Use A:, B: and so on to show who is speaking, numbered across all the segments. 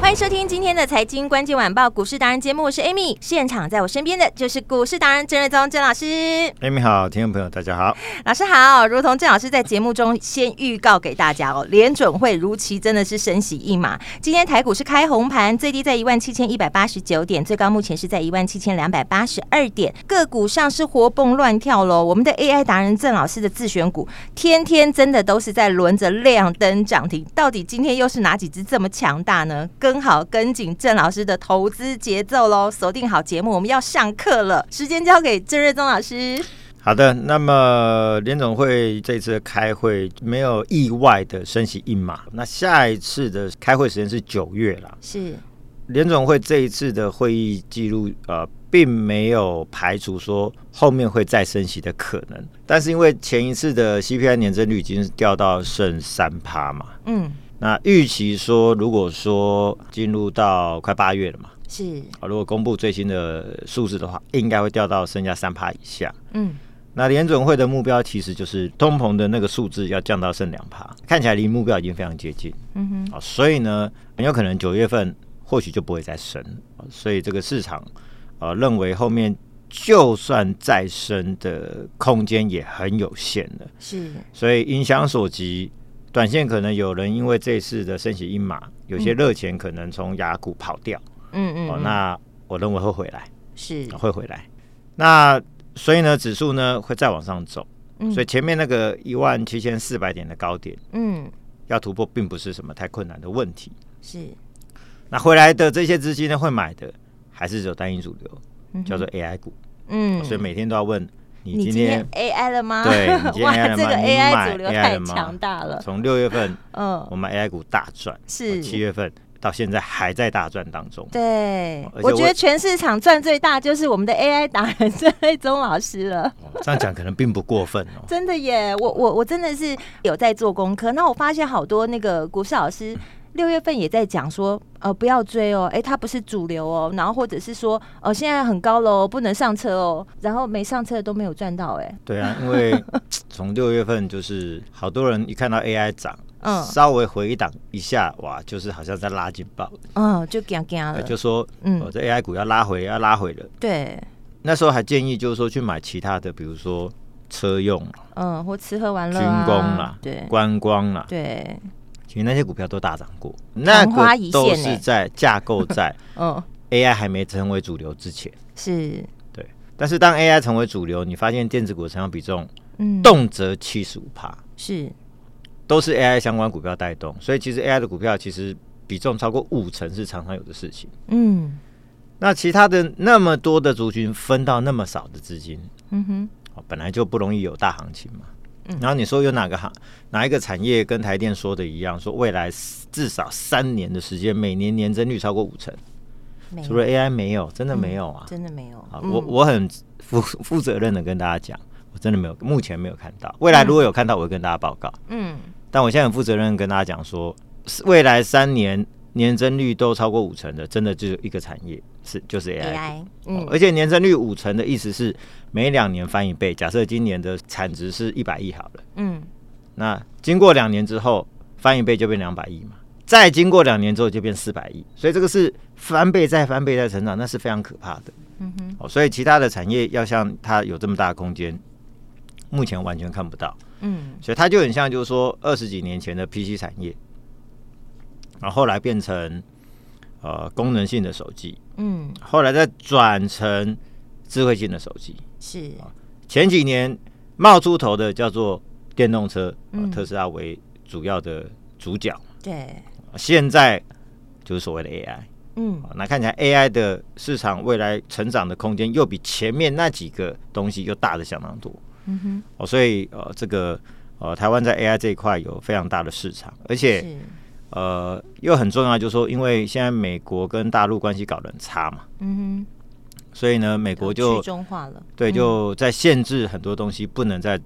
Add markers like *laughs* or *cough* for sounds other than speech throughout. A: 欢迎收听今天的财经关键晚报股市达人节目，我是 Amy，现场在我身边的就是股市达人郑瑞宗郑老师，
B: 艾米哎好，听众朋友大家好。
A: 老师好。如同郑老师在节目中先预告给大家哦，联准会如期真的是升息一码。今天台股是开红盘，最低在一万七千一百八十九点，最高目前是在一万七千两百八十二点，个股上是活蹦乱跳喽。我们的 AI 达人郑老师的自选股，天天真的都是在轮着亮灯涨停。到底今天又是哪几只这么强大呢？跟好跟紧郑老师的投资节奏喽，锁定好节目，我们要上课了。时间交给郑瑞宗老师。
B: 好的，那么联总会这次的开会没有意外的升息一码，那下一次的开会时间是九月啦。
A: 是
B: 联总会这一次的会议记录，呃，并没有排除说后面会再升息的可能，但是因为前一次的 CPI 年增率已经掉到剩三趴嘛，
A: 嗯，
B: 那预期说如果说进入到快八月了嘛，
A: 是，
B: 啊，如果公布最新的数字的话，应该会掉到剩下三趴以下。
A: 嗯，
B: 那联准会的目标其实就是通膨的那个数字要降到剩两趴，看起来离目标已经非常接近
A: 嗯哼，
B: 啊、所以呢，很有可能九月份或许就不会再升，啊所以这个市场呃认为后面就算再升的空间也很有限的，
A: 是，
B: 所以影响所及，短线可能有人因为这次的升息一码，有些热钱可能从雅股跑掉、
A: 嗯嗯，
B: 哦，
A: 嗯
B: 那哦我认为会回来。
A: 是，
B: 会回来。那所以呢，指数呢会再往上走，
A: 嗯
B: 所以前面那个一万七千四百点的高点
A: 嗯，
B: 要突破，并不是什么太困难的问题。
A: 是，
B: 那回来的这些资金呢，会买的还是只有单一主流，
A: 嗯哼
B: 叫做 AI 股。
A: 嗯，
B: 哦所以每天都要问你
A: 你
B: 今
A: 今
B: 天
A: 天 AI 了吗？
B: 对你今
A: *laughs* 哇，
B: 天 AI 了吗
A: 这个
B: 你
A: AI
B: 买
A: 主流
B: AI
A: 太
B: 了吗
A: 强大了，
B: 从六月份我
A: 嗯，
B: 们 AI 股大赚，
A: 呃
B: 哦
A: 是
B: 七月份到现在还在大赚当中。
A: 对
B: 而，且
A: 我
B: 我
A: 觉得全市场赚最大就是我们的 AI 达人 *laughs* 郑瑞宗老师了。
B: 哦这样讲可能并不过分哦。
A: 真的耶，我我我真的是有在做功课。那我发现好多那个股市老师六月份也在讲说，呃，不要追哦，诶，它不是主流哦，然后或者是说，呃，现在很高喽，不能上车哦，然后没上车的都没有赚到，诶，
B: 对啊，因
A: *laughs*
B: 为从六月份就是好多人一看到 AI 涨，
A: 嗯
B: 稍微回一档一下，哇，就是好像在拉警报，
A: 嗯，就干干了，
B: 就说，
A: 嗯
B: 哦，这 AI 股要拉回，要拉回了。
A: 对，
B: 那时候还建议就是说去买其他的，比如说车用、
A: 嗯，或吃喝玩
B: 军
A: 乐、啊、
B: 工啦、
A: 对
B: 观光啦，
A: 对，
B: 其实那些股票都大涨过，那
A: 花一
B: 个
A: 现欸
B: 都是在架构
A: *laughs*
B: 在
A: 嗯，
B: AI 还没成为主流之前。
A: 是，
B: 对，但是当 AI 成为主流，你发现电子股的成长比重
A: 嗯，
B: 动辄七十五趴。
A: 是，
B: 都是 AI 相关股票带动，所以其实 AI 的股票其实比重超过五成是常常有的事情。
A: 嗯
B: 那其他的那么多的族群分到那么少的资金，
A: 嗯哼，
B: 哦本来就不容易有大行情嘛。然后你说有哪个行哪一个产业跟台电说的一样，说未来至少三年的时间，每年年增率超过五成，
A: 没嗯
B: 除了 AI 没有，真的没有啊。
A: 真的没有，
B: 啊，我我很负负责任的跟大家讲，我真的没有，目前没有看到。未来如果有看到，我会跟大家报告。
A: 嗯
B: 但我现在很负责任地跟大家讲说，是未来三年年增率都超过五成的，真的只有一个产业是就是 AI，,
A: ，AI，
B: 哦
A: 嗯
B: 而且年增率五成的意思是每两年翻一倍。假设今年的产值是一百亿好了，
A: 嗯，
B: 那经过两年之后翻一倍就变两百亿嘛，再经过两年之后就变四百亿，所以这个是翻倍再翻倍再成长，那是非常可怕的。
A: 嗯哼，
B: 哦，所以其他的产业要像它有这么大的空间，目前完全看不到。
A: 嗯
B: 所以它就很像，就是说二十几年前的 PC 产业，然后后来变成呃功能性的手机，
A: 嗯，
B: 后来再转成智慧性的手机。
A: 是，
B: 前几年冒出头的叫做电动车，呃
A: 嗯
B: 特斯拉为主要的主角，
A: 对，
B: 现在就是所谓的 AI。
A: 嗯
B: 啊那看起来 AI 的市场未来成长的空间又比前面那几个东西又大的相当多。
A: 嗯哼，
B: 哦，所以呃，这个呃，台湾在 AI 这一块有非常大的市场，而且
A: 是，
B: 呃，又很重要，就是说，因为现在美国跟大陆关系搞得很差嘛，
A: 嗯
B: 所以呢，美
A: 哼，
B: 国
A: 去
B: 就
A: 中化了，
B: 对就在限制很多东西不能在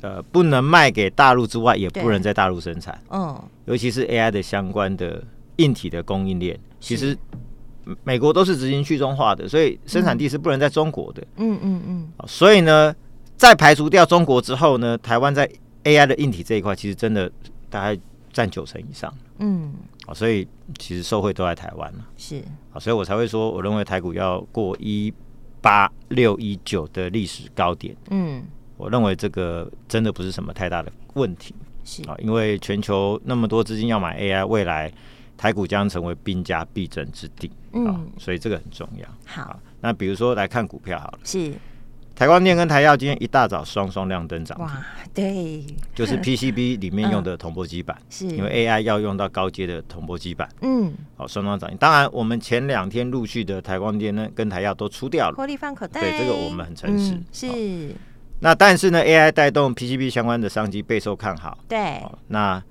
B: 呃不能卖给大陆之外，也
A: 对
B: 不能在大陆生产，
A: 嗯，
B: 尤其是 AI 的相关的硬体的供应链，其
A: 是
B: 实。嗯美国都是执行去中化的，所以生产地是不能在中国的。
A: 嗯嗯嗯，
B: 好所以呢，在排除掉中国之后呢，台湾在 AI 的硬体这一块，其实真的大概占九成以上
A: 嗯，
B: 啊，所以其实受惠都在台湾了
A: 是，
B: 啊，所以我才会说，我认为台股要过一八六一九的历史高点，
A: 嗯
B: 我认为这个真的不是什么太大的问题
A: 是，
B: 啊，因为全球那么多资金要买 AI，未来台股将成为兵家必争之地啊
A: 嗯，
B: 所以这个很重要
A: 好
B: 啊。那比如说来看股票好了。
A: 是，
B: 台光电跟台药今天一大早双双亮灯涨停，
A: 哇，对，
B: 就是
A: *laughs*
B: PCB 里面用的铜箔基板，
A: 是，
B: 因为 AI 要用到高阶的铜箔基板，
A: 嗯，
B: 好双双涨停。当然，我们前两天陆续的台光电呢跟台药都出掉了。
A: 获利放口袋，
B: 对这个我们很诚实
A: 嗯是，
B: 那但是呢，AI 带动 PCB 相关的商机备受看好。
A: 对，
B: 哦，那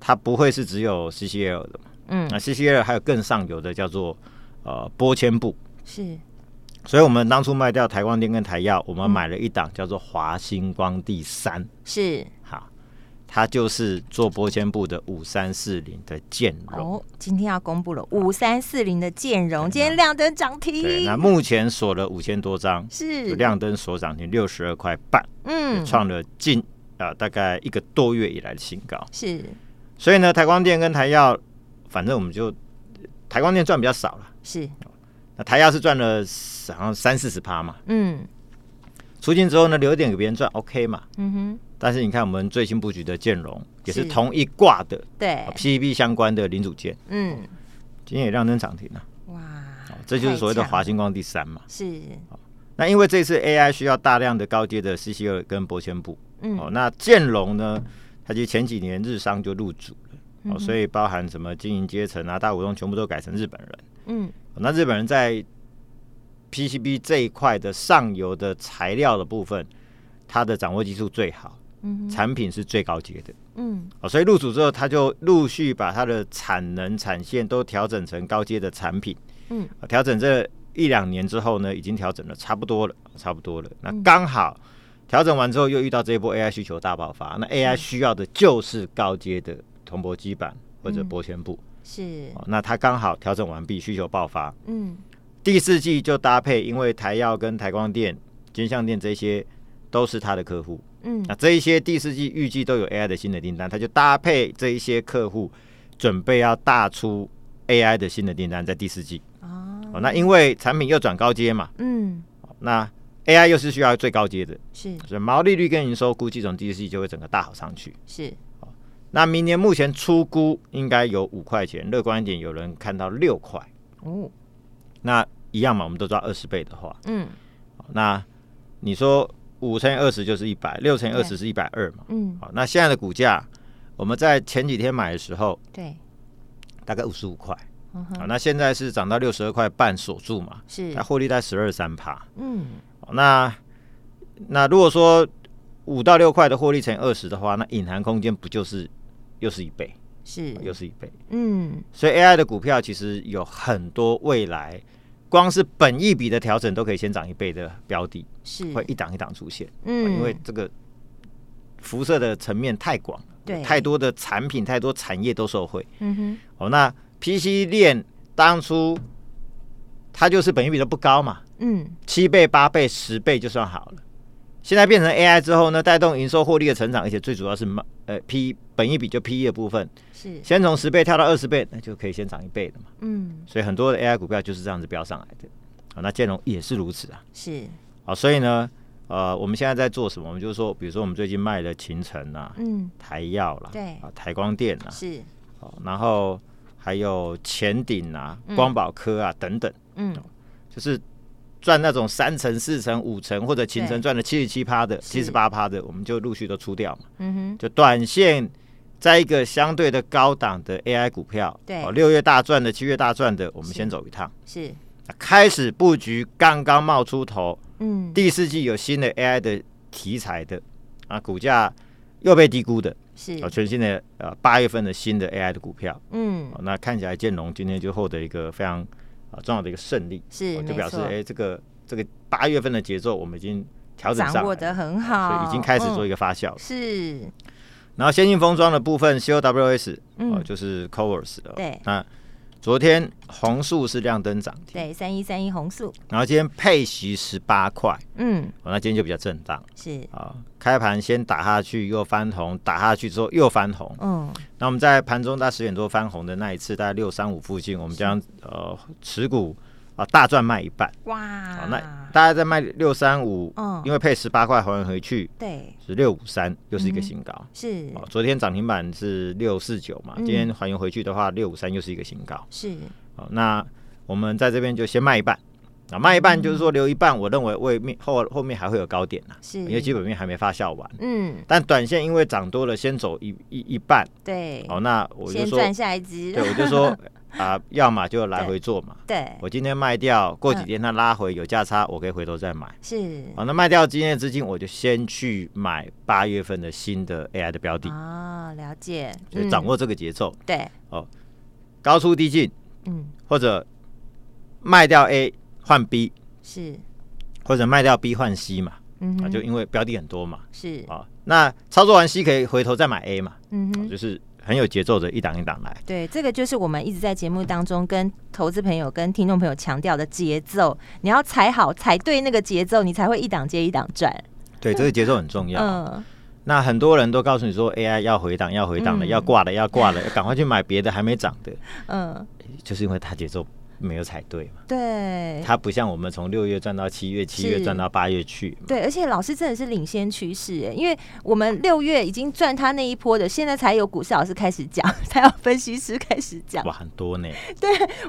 B: 它不会是只有 CCL 的嘛？
A: 嗯
B: 那 CCL 还有更上游的叫做呃玻纤布。
A: 是，
B: 所以我们当初卖掉台光电跟台药，我们买了一档叫做华星光第三。
A: 是，
B: 好，它就是做玻纤布的五三四零的建容。
A: 哦，今天要公布了五三四零的建融，今天亮灯涨
B: 对，
A: 停
B: 那，目前锁了五千多张，
A: 是
B: 有，亮灯锁涨停六十二块半，也
A: 嗯，
B: 创了近啊、呃大概一个多月以来的新高。
A: 是
B: 所以呢，台光电跟台药，反正我们就台光电赚比较少了，
A: 是，
B: 那台药是赚了好像三四十趴嘛，
A: 嗯
B: 出金之后呢留一点给别人赚，OK 嘛。
A: 嗯哼，
B: 但是你看我们最新布局的建容，也是
A: 是哎
B: 同一挂的
A: 对
B: 呃，PCB 相关的零组件，
A: 嗯，
B: 今天也亮灯涨停了、
A: 哇
B: 哦，这就是所谓的
A: 太强
B: 华
A: 了
B: 星光第三嘛。
A: 是，
B: 那因为这次 AI 需要大量的高阶的 CCL 跟玻纤布，哦，
A: 嗯
B: 那建龙呢，它其实前几年日商就入主了，哦，所以包含什么经营阶层啊、大股东全部都改成日本人。
A: 嗯
B: 哦那日本人在 PCB 这一块的上游的材料的部分，它的掌握技术最好，
A: 嗯哼
B: 产品是最高阶的。
A: 嗯
B: 哦，所以入主之后，它就陆续把它的产能、产线都调整成高阶的产品。
A: 嗯
B: 啊，调整这一两年之后呢，已经调整的差不多了，差不多了。那
A: 嗯
B: 刚好调整完之后，又遇到这一波 AI 需求大爆发。
A: 嗯
B: 那 AI 需要的就是高阶的铜箔基板或
A: 嗯
B: 者玻纤布、
A: 是，
B: 哦。那它刚好调整完毕，需求爆发。
A: 嗯
B: 第四季就搭配，因为台药跟台光电、金相电这些都是它的客户。
A: 嗯
B: 那这一些第四季预计都有 AI 的新的订单，它就搭配这一些客户准备要大出 AI 的新的订单，在第四季。
A: 啊
B: 哦，那因为产品又转高阶嘛，
A: 嗯
B: 那 AI 又是需要最高阶的，
A: 是
B: 所以毛利率跟营收估计从第四季就会整个大好上去。
A: 是
B: 那明年目前初估应该有五块钱，乐观一点，有人看到六块。
A: 哦
B: 那一样嘛，我们都知道二十倍的话，
A: 嗯
B: 那你说五乘以二十就是一百，六乘以
A: 对
B: 二十是一百二嘛。
A: 嗯
B: 好，那现在的股价，我们在前几天买的时候
A: 对，
B: 大概五十五块，
A: 嗯
B: 好，
A: 哼
B: 那现在是涨到六十二块半锁住嘛，
A: 是
B: 它获利在十二三趴。
A: 嗯
B: 好那那如果说五到六块的获利乘以二十的话，那隐含空间不就是又是一倍，哦又
A: 是
B: 是一倍？
A: 嗯
B: 所以 AI 的股票其实有很多未来，光是本一笔的调整都可以先涨一倍的标的，
A: 是
B: 会一档一档出现，
A: 嗯
B: 因为这个辐射的层面太广，
A: 对
B: 太多的产品、太多产业都受惠。
A: 嗯哼
B: 哦，那 PC 链当初它就是本一比都不高嘛，
A: 嗯
B: 七倍、八倍、十倍就算好了。现在变成 AI 之后呢，带动营收获利的成长，而且最主要是嘛呃 P 本一比就 PE 的部分，
A: 是
B: 先从十倍跳到二十倍，那就可以先涨一倍的嘛。
A: 嗯
B: 所以很多的 AI 股票就是这样子飙上来的。啊、那建融也是如此啊。
A: 是
B: 啊，所以呢，呃，我们现在在做什么？我们就是说，比如说我们最近卖的秦城啊、
A: 嗯
B: 台药啦，
A: 对
B: 啊，台光电啊，
A: 是
B: 哦，然后还有前顶啊、光宝科啊、等等，
A: 嗯
B: 就是赚那种三成、四成、五成或者秦
A: 对
B: 城赚了七十七趴的、
A: 是
B: 七十八趴的，我们就陆续都出掉嘛。
A: 嗯哼
B: 就短线在一个相对的高档的 AI 股票，
A: 对
B: 哦六、月大赚的、七月大赚的，我们
A: 是
B: 先走一趟，
A: 是，
B: 啊开始布局刚刚冒出头，
A: 嗯，
B: 第四季有新的 AI 的题材的啊，股价又被低估的，
A: 是
B: 哦，，全新的呃八月份的新的 AI 的股票，
A: 嗯
B: 哦，那看起来建龙今天就获得一个非常啊重要的一个胜利，
A: 是
B: 哦
A: 没
B: 就表示
A: 错
B: 哎、这个这个八月份的节奏我们已经调整
A: 掌
B: 上
A: 握
B: 来
A: 的
B: 了。
A: 很
B: 所
A: 好，
B: 以已经开始
A: 嗯
B: 做一个发酵了。
A: 是，
B: 然后先进封装的部分 COWS
A: 嗯
B: 哦，就是 Covers 哦。
A: 对
B: 那昨天红素是亮灯涨停，
A: 对，三一三一红素，
B: 然后今天配息十八块，
A: 嗯，
B: 哦，那今天就比较震荡
A: 是，
B: 啊、开盘先打下去，又翻红，打下去之后又翻红。
A: 嗯，
B: 那我们在盘中大概十点多翻红的那一次，大概六三五附近，我们将呃持股啊、大赚卖一半。
A: 哇，
B: 好，那大家在卖六三五
A: 啊嗯，
B: 因为配十八块还回去
A: 对，
B: 是六五三，又是一个
A: 嗯哼
B: 新高。
A: 是
B: 哦，昨天涨停板是六四九嘛，
A: 嗯
B: 今天还原回去的话，六五三又是一个新高。
A: 是，
B: 哦，那我们在这边就先卖一半，啊，卖一半就是说留一半，我认为为面后后面还会有高点呐、
A: 嗯是
B: 因为基本面还没发酵完。
A: 嗯，
B: 但短线因为涨多了，先走一一一半，
A: 对，
B: 哦，那我就
A: 先
B: 说，
A: 赚下一只，
B: 对，我就说
A: *laughs*
B: 啊、要么就来回做嘛。
A: 对，嗯
B: 我今天卖掉，过几天它拉回有价差，我可以啊回头再买。哦
A: 是
B: 好，那卖掉今天的资金，我就先去买八月份的新的 AI 的标的，
A: 啊，了解，
B: 所以
A: 嗯
B: 掌握这个节奏。
A: 对，
B: 高出低进，
A: 嗯，
B: 或者卖掉 A 换 B，
A: 是，
B: 或者卖掉 B 换 C 嘛，
A: 嗯
B: 啊，
A: 哼，
B: 就因为标的很多嘛，
A: 是，
B: 啊，那操作完 C 可以回头再买 A 嘛，哦
A: 嗯哼。
B: 就是很有节奏的一档一档来。
A: 对，这个就是我们一直在节目当中跟投资朋友、跟听众朋友强调的节奏，你要踩好、踩对那个节奏，你才会一档接一档转。
B: 对，这个节奏很重要。
A: 嗯，
B: 那很多人都告诉你说 AI 要回档，要回档了，
A: 嗯
B: 要挂了，要挂了，赶快去买别的还没涨的，
A: 嗯，
B: 就是因为它节奏没有踩对嘛。
A: 对。
B: 它不像我们从六月赚到七月，七月
A: 哎是
B: 赚到八月去嘛。
A: 对，而且老师真的是领先趋势耶，因为我们六月已经赚他那一波的，现在才有股市老师开始讲， *laughs* 才有分析师开始讲。
B: 哇，很多呢。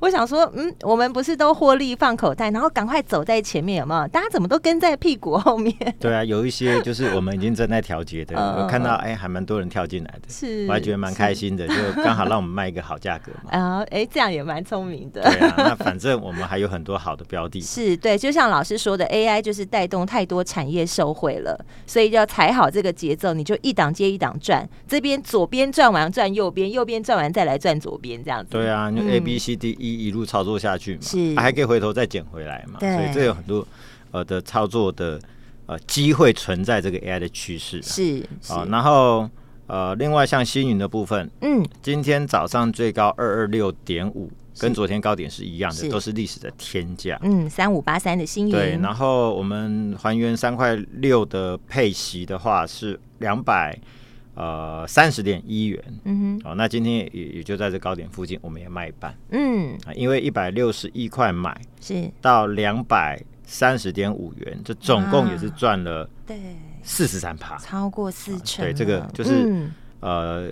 A: 我想说，嗯，我们不是都获利放口袋，然后赶快走在前面，有没有？大家怎么都跟在屁股后面？ *laughs*
B: 对啊，有一些就是我们已经正在调节的，
A: 嗯
B: 我看到哎，还蛮多人跳进来的。
A: 是，
B: 我还觉得蛮开心的，就刚好让我们卖一个好价格
A: *laughs*
B: 嘛。
A: 啊！哎、这样也蛮聪明的。
B: 对啊，那反正我们还有很多好的标
A: *laughs*
B: 的。
A: 是对，就像老师说的，AI 就是带动太多产业受惠了，所以要踩好这个节奏，你就一档接一档转，这边左边转完转右边，右边转完再来转左边，这样子。
B: 对啊，就
A: 嗯
B: A B C D E 一路操作下去嘛，
A: 是
B: 啊还可以回头再捡回来嘛。所
A: 对
B: 以这有很多呃的操作的呃机会存在这个 AI 的趋势啊
A: 是是、
B: 啊。然后呃，另外像星云的部分，
A: 嗯，
B: 今天早上最高二二六点五，跟昨天高点是一样的，
A: 是
B: 都是历史的天价。
A: 嗯，三五八三的星云，
B: 对，然后我们还原三块六的配息的话是两百呃三十点一元。
A: 嗯
B: 哦，那今天也也就在这高点附近，我们也卖一半
A: 哼，嗯，
B: 啊，因为一百六十一块买
A: 是
B: 到两百三十点五元，这总共也是赚了
A: 对，
B: 四十三趴。
A: 超过四成了、
B: 对这个就是
A: 嗯
B: 呃，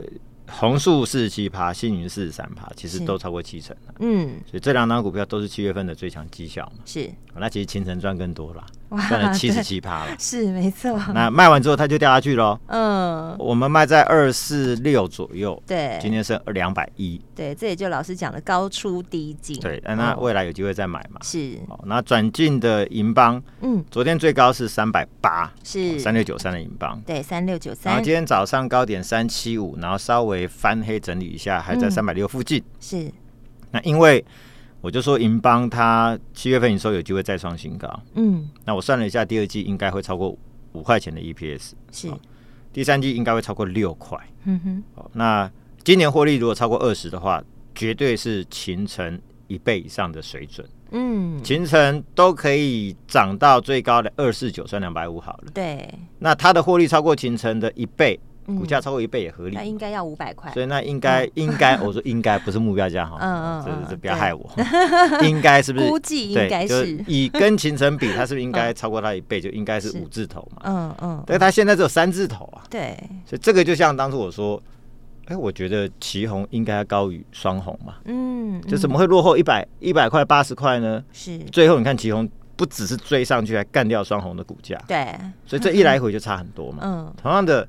B: 红树四十七趴，星云四十三趴，其实
A: 是
B: 都超过七成了
A: 嗯
B: 所以这两档股票都是七月份的最强绩效嘛。
A: 是
B: 哦那其实秦城赚更多啦，
A: 哇
B: 赚了
A: 对嗯
B: 七十七趴
A: *laughs*
B: 了。
A: 是没错，
B: 那卖完之后它就掉下去喽。
A: 嗯，
B: 我们卖在二四六左右，今
A: 对
B: 天剩两百一，
A: 对，这也就老师讲的高出低进，
B: 对，那那
A: 哦
B: 未来有机会再买嘛。
A: 是
B: 哦，那转进的银邦，
A: 嗯
B: 昨天最高是三百八，
A: 是
B: 三六九三的银邦，
A: 对三六九
B: 然后
A: 三
B: 今天早上高点三七五，然后稍微翻黑整理一下，还在
A: 嗯
B: 三百六附近。
A: 是
B: 那因为我就说银邦它七月份营收有机会再创新高，
A: 嗯
B: 那我算了一下，第二季应该会超过五块钱的 EPS，
A: 是
B: 哦第三季应该会超过六块。
A: 嗯哼
B: 哦，那今年获利如果超过二十的话，绝对是秦城一倍以上的水准。
A: 嗯
B: 秦城都可以涨到最高的二四九，算两百五好了。
A: 对
B: 那它的获利超过秦城的一倍，
A: 嗯
B: 股价超过一倍也合理。
A: 那应该要五百块
B: 所以那应该应该，我说应该不是目标价哈，
A: 嗯嗯嗯
B: 这这不要害我， *laughs* 应该是不是？
A: 估计应
B: 对
A: 该
B: 就是以跟秦城比，它是不是应该
A: 嗯
B: 超过它一倍？就应该是
A: 是
B: 五字头嘛。
A: 嗯嗯
B: 但它现在只有三字头啊，
A: 对
B: 所以这个就像当初我说，哎、我觉得旗红应该要高于双红嘛，
A: 嗯
B: 就
A: 嗯
B: 怎么会落后一百一百块八十块呢？
A: 是
B: 最后你看旗红不只是追上去，还干掉双红的股价，
A: 对 *laughs*
B: 所以这一来一回就差很多嘛。
A: 嗯
B: 同样的，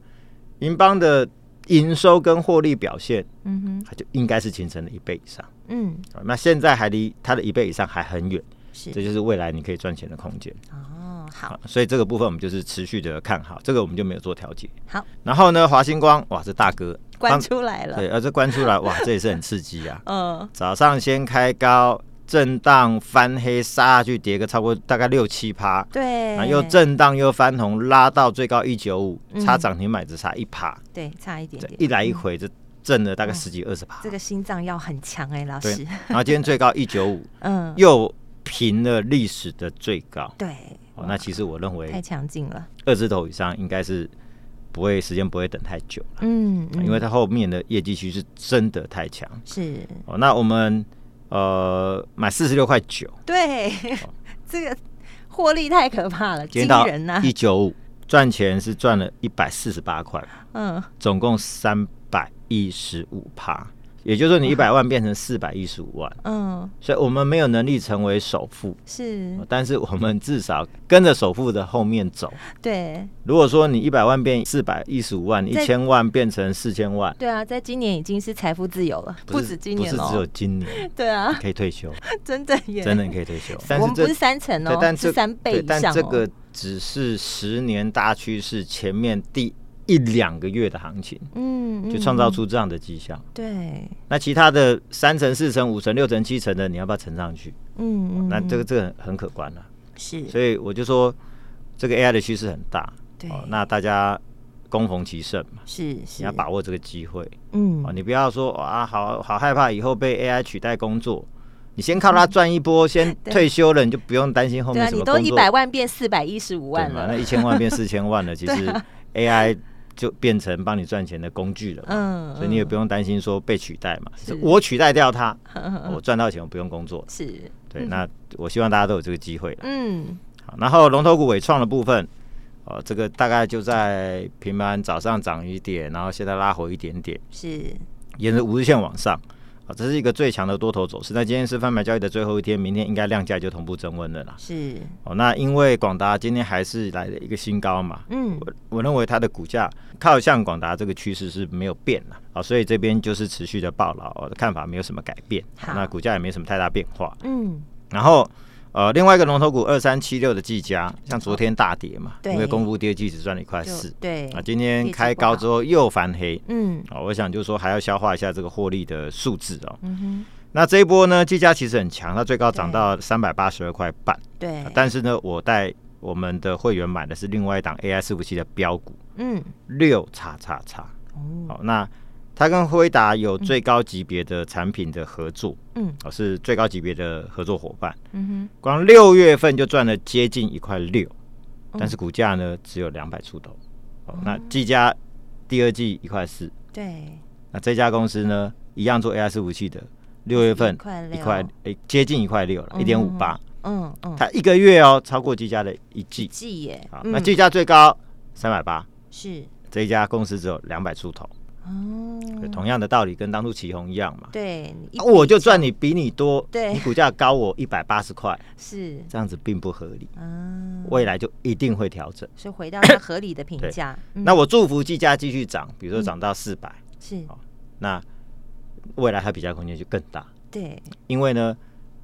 B: 银邦的营收跟获利表现，
A: 嗯哼，
B: 它就应该是形成的一倍以上。
A: 嗯，
B: 啊那现在还离它的一倍以上还很远，这
A: 是
B: 就是未来你可以赚钱的空间。
A: 哦，好
B: 啊，所以这个部分我们就是持续的看好，这个我们就没有做调节。
A: 好
B: 然后呢，华星光，哇，这大哥
A: 关
B: 刚
A: 出来了，。
B: 对，呃而这关出来，哇，这 *laughs* 也是很刺激啊
A: 嗯
B: 早上先开高，震荡翻黑，杀下去跌个超过大概六七趴，
A: 对，
B: 然后又震荡又翻红，拉到最高一九五，
A: 嗯
B: 差涨停板只差一趴，
A: 对，差一点
B: 这
A: 点，
B: 一来一回这震了大概十几二十趴。
A: 这个心脏要很强哎，老
B: 对
A: 师，，
B: 然后今天最高一九五，
A: 嗯，
B: 又平了历史的最高。
A: 对，
B: 哦，那其实我认
A: 太
B: 为
A: 强劲了，
B: 二字头以上应该是不会时间不会等太久了，
A: 嗯，嗯
B: 因为它后面的业绩趋势真的太强。
A: 是
B: 哦，那我们呃买四十六块九，
A: 对 *laughs* 这个获利太可怕
B: *laughs*
A: 了，惊
B: 今天到
A: 人呐，啊
B: 一九五，赚钱是赚了一百四十八块，
A: 嗯，
B: 总共三百一十五趴。也就是说，你一百万变成四百一十五万，
A: 嗯，
B: 所以我们没有能力成为首富，
A: 是
B: 哦，但是我们至少跟着首富的后面走。
A: 对
B: 如果说你一百万变四百一十五万，一
A: 在
B: 千万变成四千万，
A: 对啊，在今年已经是财富自由了，不
B: 是
A: 止今年
B: 不是只有
A: 哦，
B: 今
A: *laughs*
B: 年
A: 对啊，
B: 可以退休，
A: 真的耶，
B: 真的你可以退休。但
A: 我
B: 是
A: 们
B: 这
A: 不是三层
B: 对
A: 哦，，
B: 但
A: 是
B: 这
A: 三倍
B: 对
A: 以上
B: 但这
A: 哦
B: 个只是十年大趋势前面第一两个月的行情，
A: 嗯，
B: 就
A: 嗯
B: 创造
A: 嗯
B: 出这样的迹象。
A: 对，
B: 那其他的三层、四层、五层、六层、七层的，你要不要乘上去？
A: 嗯，嗯
B: 那这个
A: 嗯
B: 这个很很可观了、啊
A: 是
B: 所以我就说，这个 AI 的趋势很大，哦
A: 对，
B: 那大家攻逢其胜嘛，
A: 是是
B: 你要把握这个机会。
A: 嗯
B: 哦，你不要说哦啊，好好害怕以后被 AI 取代工作。你先靠它赚一波，先
A: 对
B: 退休了，你就不用担心后
A: 嗯对
B: 面
A: 啊，
B: 什
A: 你
B: 么
A: 都
B: 工
A: 一
B: 作。
A: 百万变四百一十五
B: 对
A: 万
B: 嘛？那
A: 了，啊
B: 一千万变四
A: *laughs*
B: 千万了，其实 AI 就变成帮你赚钱的工具了嘛。
A: 嗯
B: 所以你也不用担心说被取代嘛，
A: 是
B: 是我取代掉它，
A: 嗯
B: 我赚到钱，我不用工作。
A: 是，
B: 对，那我希望大家都有这个机会啦。
A: 嗯，
B: 好，然后龙头股尾创的部分，哦，这个大概就在平盘早上涨一点，然后现在拉回一点点。
A: 是，
B: 沿着五日线往上。啊，这是一个最强的多头走势。那今天是贩卖交易的最后一天，明天应该量价就同步增温了啦。
A: 是，
B: 哦，那因为广达今天还是来了一个新高嘛，
A: 嗯，
B: 我我认为它的股价靠向广达这个趋势是没有变的啊，所以这边就是持续的报牢，我的看法没有什么改变，
A: 好
B: 那股价也没什么太大变化。
A: 嗯，
B: 然后呃，另外一个龙头股二三七六的技嘉，像昨天大跌嘛，
A: 对
B: 因为公布第二季只赚了一块
A: 就
B: 四
A: 对
B: 啊，，今天开高之后又翻黑，
A: 嗯
B: 啊、我想就是说还要消化一下这个获利的数字哦。
A: 嗯
B: 那这一波呢，技嘉其实很强，它最高涨到三百八十二块半，
A: 哼，对
B: 啊，但是呢，我带我们的会员买的是另外一档 AI 伺服器的标股
A: 嗯，
B: 六叉叉叉。
A: 哦，
B: 好，那它跟辉达有最高级别的产品的合作，
A: 嗯，
B: 哦，是最高级别的合作伙伴。
A: 嗯
B: 光六月份就赚了接近一块六，
A: 嗯
B: 但是股价呢只有两百出头。哦，那技嘉第二季一块四，
A: 哼，对，
B: 那这家公司呢，一样做 AI 伺服器的，六月份
A: 块
B: 一
A: 六
B: 块诶接近一块六了，
A: 嗯
B: 一点五八，
A: 嗯嗯，
B: 它一个月哦超过技嘉的一季
A: 季耶
B: 啊，，
A: 嗯
B: 那技嘉最高三百八，
A: 是，
B: 这一家公司只有两百出头，
A: 哦，
B: 对同样的道理跟当初旗宏一样嘛，
A: 对，你一
B: 啊我就赚
A: 比
B: 你比你多，
A: 对
B: 你股价高我一百八十块，
A: 较是，
B: 这样子并不合理，
A: 嗯，
B: 未来就一定会调整。
A: 所以回到它合理的评
B: 对
A: 价，嗯
B: 那我祝福技嘉继续涨，比如说涨到四百，
A: 是
B: 好那未来它比价空间就更大。
A: 对，
B: 因为呢，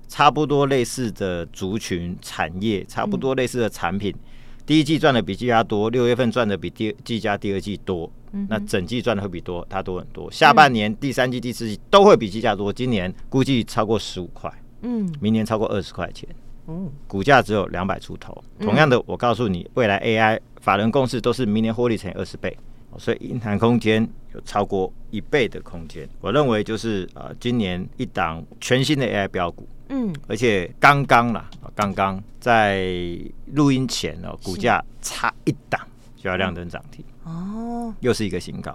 B: 差不多类似的族群、产业，差不多类似的产品，
A: 嗯
B: 第一季赚的比季家多，六月份赚的比第季家第二季多，
A: 嗯哼嗯
B: 那整季赚的会比多，它多很多。下半年、第三季、第四季都会比季家多，今年估计超过十五块，
A: 嗯
B: 明年超过二十块钱，
A: 嗯，
B: 股价只有两百出头。同样的，我告诉你，未来 AI 法人共识都是明年获利乘以二十倍。哦所以隐含空间有超过一倍的空间，我认为就是呃，今年一档全新的 AI 标股，
A: 嗯，
B: 而且刚刚啦，啊刚刚在录音前哦，股价差一档就要亮灯涨停，
A: 哦，
B: 又是一个新高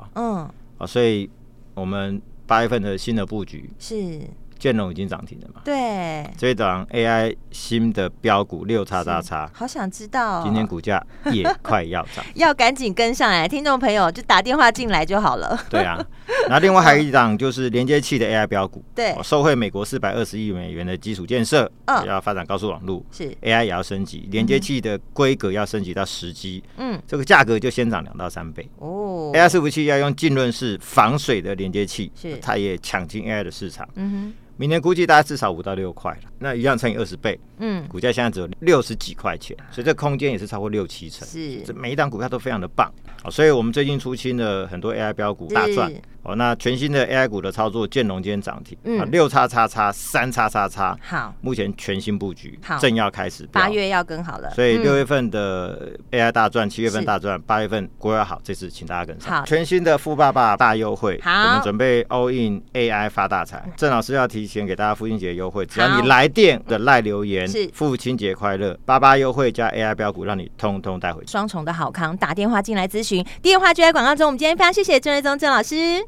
A: 嗯，
B: 哦啊！所以我们八月份的新的布局
A: 是，
B: 建融已经涨停了嘛，
A: 对，
B: 这一档 AI 新的标股六叉叉叉，
A: 好想知道哦、
B: 今天股价也快要
A: *laughs*
B: 涨。
A: 要赶紧跟上来，听众朋友就打电话进来就好了。 *laughs*
B: 对啊，那另外还有一档就是连接器的 AI 标股，
A: 对
B: 哦受惠美国四百二十亿美元的基础建设，
A: 嗯
B: 要发展高速网络
A: 是，
B: ，AI 也要升级，连接器的规格要升级到十 G，
A: 嗯，
B: 这个价格就先涨两到三倍。
A: 哦，
B: AI 伺服器要用浸润式防水的连接器，
A: 是
B: 它也抢进 AI 的市场。
A: 嗯
B: 明年估计大概至少五到六块了，那一样乘以二十倍，
A: 哼，嗯，
B: 股价现在只有六十几块钱，所以这空间也是超过六七成。
A: 是
B: 这，每一档股票都非常的棒，好，所以我们最近出清了很多 AI 标股大赚
A: 是，
B: 哦，那全新的 AI 股的操作，建龙今天涨停，
A: 嗯
B: 啊，六叉叉叉三叉叉叉，
A: 好，
B: 目前全新布局
A: 好，
B: 正要开始，
A: 八，月要跟好了，
B: 所以
A: 嗯
B: 六月份的 AI 大赚，七月份
A: 是
B: 大赚，八月份国药好，这次请大家跟
A: 好
B: 上，全新的富爸爸大优惠，
A: 好
B: 我们准备 all in AI 发大财，郑老师要提前给大家父亲节优惠，只
A: 好
B: 要你来电的赖留言
A: 是，
B: 父亲节快乐，八八优惠加 AI 标股，让你通通带回去，
A: 双重的好康，打电话进来咨询，电话就在广告中。我们今天非常谢谢郑瑞宗郑老师。
B: 谢